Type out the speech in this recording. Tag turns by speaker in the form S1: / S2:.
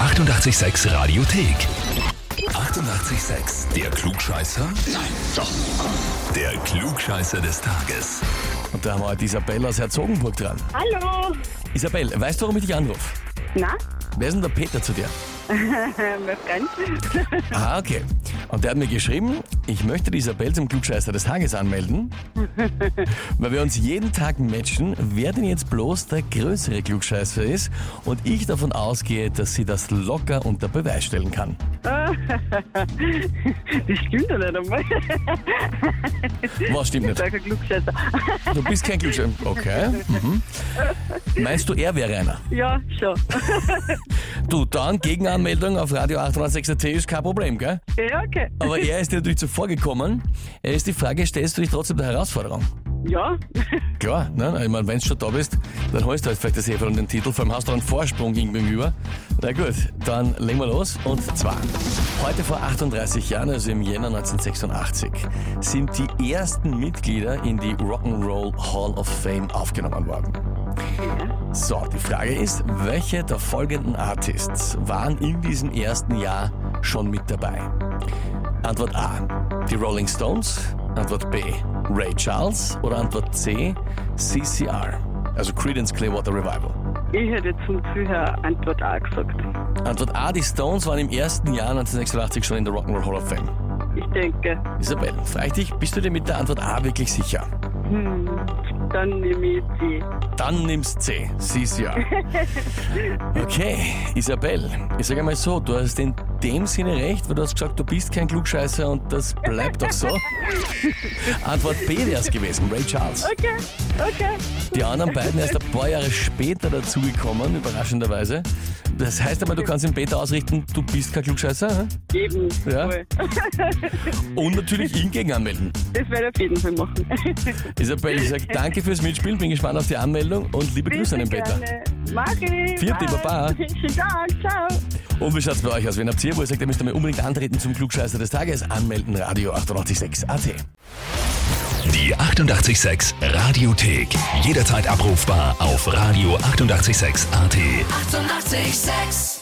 S1: 886 Radiothek. 88,6. Der Klugscheißer? Nein, doch. Der Klugscheißer des Tages.
S2: Und da haben wir heute Isabella aus Herzogenburg dran.
S3: Hallo.
S2: Isabel, weißt du, warum ich dich anrufe?
S3: Na,
S2: Wer ist denn der Peter zu dir?
S3: mein Freund.
S2: Ah, okay. Und der hat mir geschrieben, ich möchte die Isabel zum Klugscheißer des Tages anmelden, weil wir uns jeden Tag matchen, wer denn jetzt bloß der größere Klugscheißer ist und ich davon ausgehe, dass sie das locker unter Beweis stellen kann.
S3: Das stimmt doch nicht einmal.
S2: Was stimmt nicht?
S3: Sag ein Ah, Glückscheißer.
S2: Du bist kein Klugscheißer. Okay. Mhm. Meinst du, er wäre einer?
S3: Ja, schon.
S2: Du, dann Gegenanmeldung auf Radio 836.at ist kein Problem, gell?
S3: Ja, okay.
S2: Aber er ist dir natürlich zuvor gekommen. Er ist die Frage, stellst du dich trotzdem der Herausforderung?
S3: Ja,
S2: Klar, ne? Ich meine, wenn du schon da bist, dann holst du halt vielleicht das Hefe und den Titel. Vor allem hast du einen Vorsprung gegenüber. Na gut, dann legen wir los. Und zwar, heute vor 38 Jahren, also im Jänner 1986, sind die ersten Mitglieder in die Rock'n'Roll Hall of Fame aufgenommen worden. So, die Frage ist, welche der folgenden Artists waren in diesem ersten Jahr schon mit dabei? Antwort A, die Rolling Stones. Antwort B, Ray Charles. Oder Antwort C, CCR, also Credence Clearwater Revival.
S3: ich hätte jetzt zum Zuhörer Antwort A gesagt.
S2: Antwort A, die Stones waren im ersten Jahr 1986 schon in der Rock'n'Roll Hall of Fame.
S3: Ich denke,
S2: Isabel, frage ich dich, bist du dir mit der Antwort A wirklich sicher?
S3: hm, dann nehme ich die.
S2: Dann nimmst C, CCR. Okay, Isabel, ich sage mal so, du hast in dem Sinne recht, weil du hast gesagt, du bist kein Klugscheißer und das bleibt doch so. Antwort B wäre es gewesen, Ray Charles.
S3: Okay, okay.
S2: Die anderen beiden erst ein paar Jahre später dazugekommen, überraschenderweise. Das heißt aber, du kannst im Beta ausrichten, du bist kein Klugscheißer. hä?
S3: Eben.
S2: Ja.
S3: Voll.
S2: Und natürlich ihn gegen anmelden.
S3: Das werde ich auf jeden Fall machen.
S2: Isabel, ich sage danke fürs Mitspielen, bin gespannt auf die Anmeldung und liebe Grüße an den Peter.
S3: Mari.
S2: Vierte, Baba.
S3: Schönen Tag, ciao.
S2: Und wie schaut's bei euch aus? Wenn habt ihr, wo ihr sagt, ihr müsst einmal unbedingt antreten zum Klugscheißer des Tages, anmelden, Radio 886 AT.
S1: Die 88,6 Radiothek. Jederzeit abrufbar auf radio886.at. 88,6.
S4: Eighty-eight, sex.